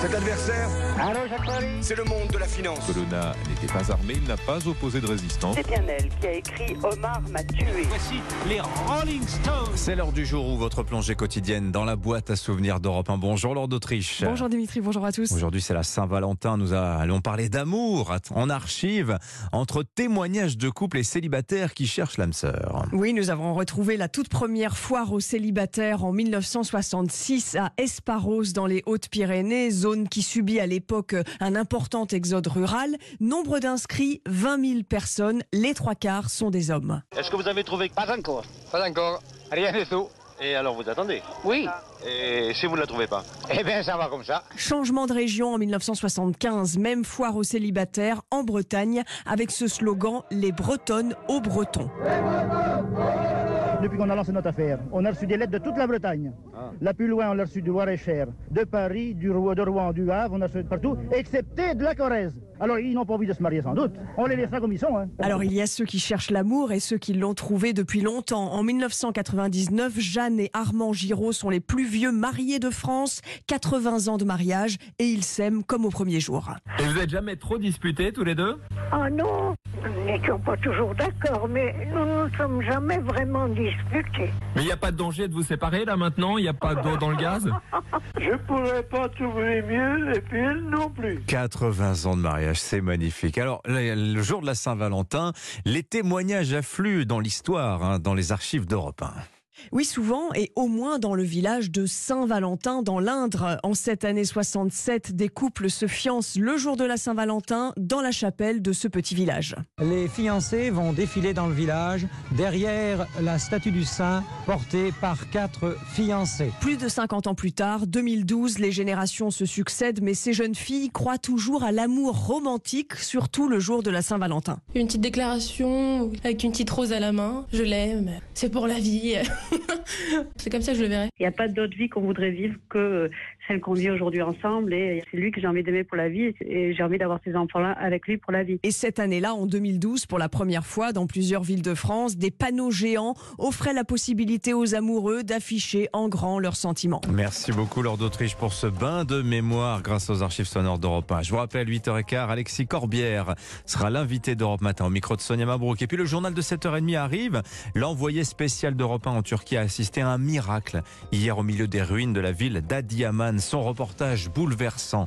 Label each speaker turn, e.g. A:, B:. A: Cet adversaire, c'est le monde de la finance.
B: Colonna n'était pas armé, il n'a pas opposé de résistance.
C: C'est bien elle qui a écrit Omar m'a tué.
D: Voici les Rolling Stones.
E: C'est l'heure du jour où votre plongée quotidienne dans la boîte à souvenirs d'Europe 1. Bonjour Laure d'Autriche.
F: Bonjour Dimitri, bonjour à tous.
E: Aujourd'hui, c'est la Saint-Valentin. Nous allons parler d'amour en archive entre témoignages de couples et célibataires qui cherchent l'âme sœur.
F: Oui, nous avons retrouvé la toute première foire aux célibataires en 1966 à Esparos dans les Hautes-Pyrénées, zone qui subit à l'époque un important exode rural. Nombre d'inscrits, 20 000 personnes, les trois quarts sont des hommes.
G: Est-ce que vous avez trouvé
H: Pas encore.
G: Pas encore.
H: Rien du tout.
G: Et alors vous attendez.
H: Oui.
G: Et si vous ne la trouvez pas
H: Eh bien, ça va comme ça.
F: Changement de région en 1975, même foire aux célibataires en Bretagne avec ce slogan Les Bretonnes aux Bretons.
I: Depuis qu'on a lancé notre affaire, on a reçu des lettres de toute la Bretagne. La plus loin, on a reçu du Loir-et-Cher, de Paris, du Rouen, de Rouen, du Havre, on a reçu de partout, excepté de la Corrèze. Alors, ils n'ont pas envie de se marier sans doute. On les laissera comme ils sont. Hein.
F: Alors il y a ceux qui cherchent l'amour et ceux qui l'ont trouvé depuis longtemps. En 1999, Jeanne et Armand Giraud sont les plus vieux mariés de France, 80 ans de mariage et ils s'aiment comme au premier jour.
J: Et vous êtes jamais trop disputés tous les deux
K: Oh non, nous n'étions pas toujours d'accord, mais nous ne nous sommes jamais vraiment disputés.
J: Mais il n'y a pas de danger de vous séparer là maintenant Il n'y a pas d'eau dans le gaz
L: Je pourrais pas trouver mieux et puis elle non plus.
E: 80 ans de mariage, c'est magnifique. Alors, le le jour de la Saint-Valentin, les témoignages affluent dans l'histoire, hein, dans les archives d'Europe 1.
F: Oui, souvent, et au moins dans le village de Saint-Valentin, dans l'Indre. En cette année 67, des couples se fiancent le jour de la Saint-Valentin dans la chapelle de ce petit village.
M: Les fiancés vont défiler dans le village derrière la statue du saint portée par quatre fiancés.
F: Plus de 50 ans plus tard, 2012, les générations se succèdent, mais ces jeunes filles croient toujours à l'amour romantique, surtout le jour de la Saint-Valentin.
N: Une petite déclaration avec une petite rose à la main. Je l'aime, c'est pour la vie. c'est comme ça que je le verrai.
O: Il n'y a pas d'autre vie qu'on voudrait vivre que celle qu'on vit aujourd'hui ensemble. Et c'est lui que j'ai envie d'aimer pour la vie. Et j'ai envie d'avoir ces enfants-là avec lui pour la vie.
F: Et cette année-là, en 2012, pour la première fois dans plusieurs villes de France, des panneaux géants offraient la possibilité aux amoureux d'afficher en grand leurs sentiments.
E: Merci beaucoup, Laure d'Autriche, pour ce bain de mémoire grâce aux archives sonores d'Europe 1. Je vous rappelle, 8h15, Alexis Corbière sera l'invité d'Europe Matin au micro de Sonia Mabrouk. Et puis le journal de 7h30 arrive. L'envoyé spécial d'Europe 1 en Turquie a assisté à un miracle hier au milieu des ruines de la ville d'Adiaman. Son reportage bouleversant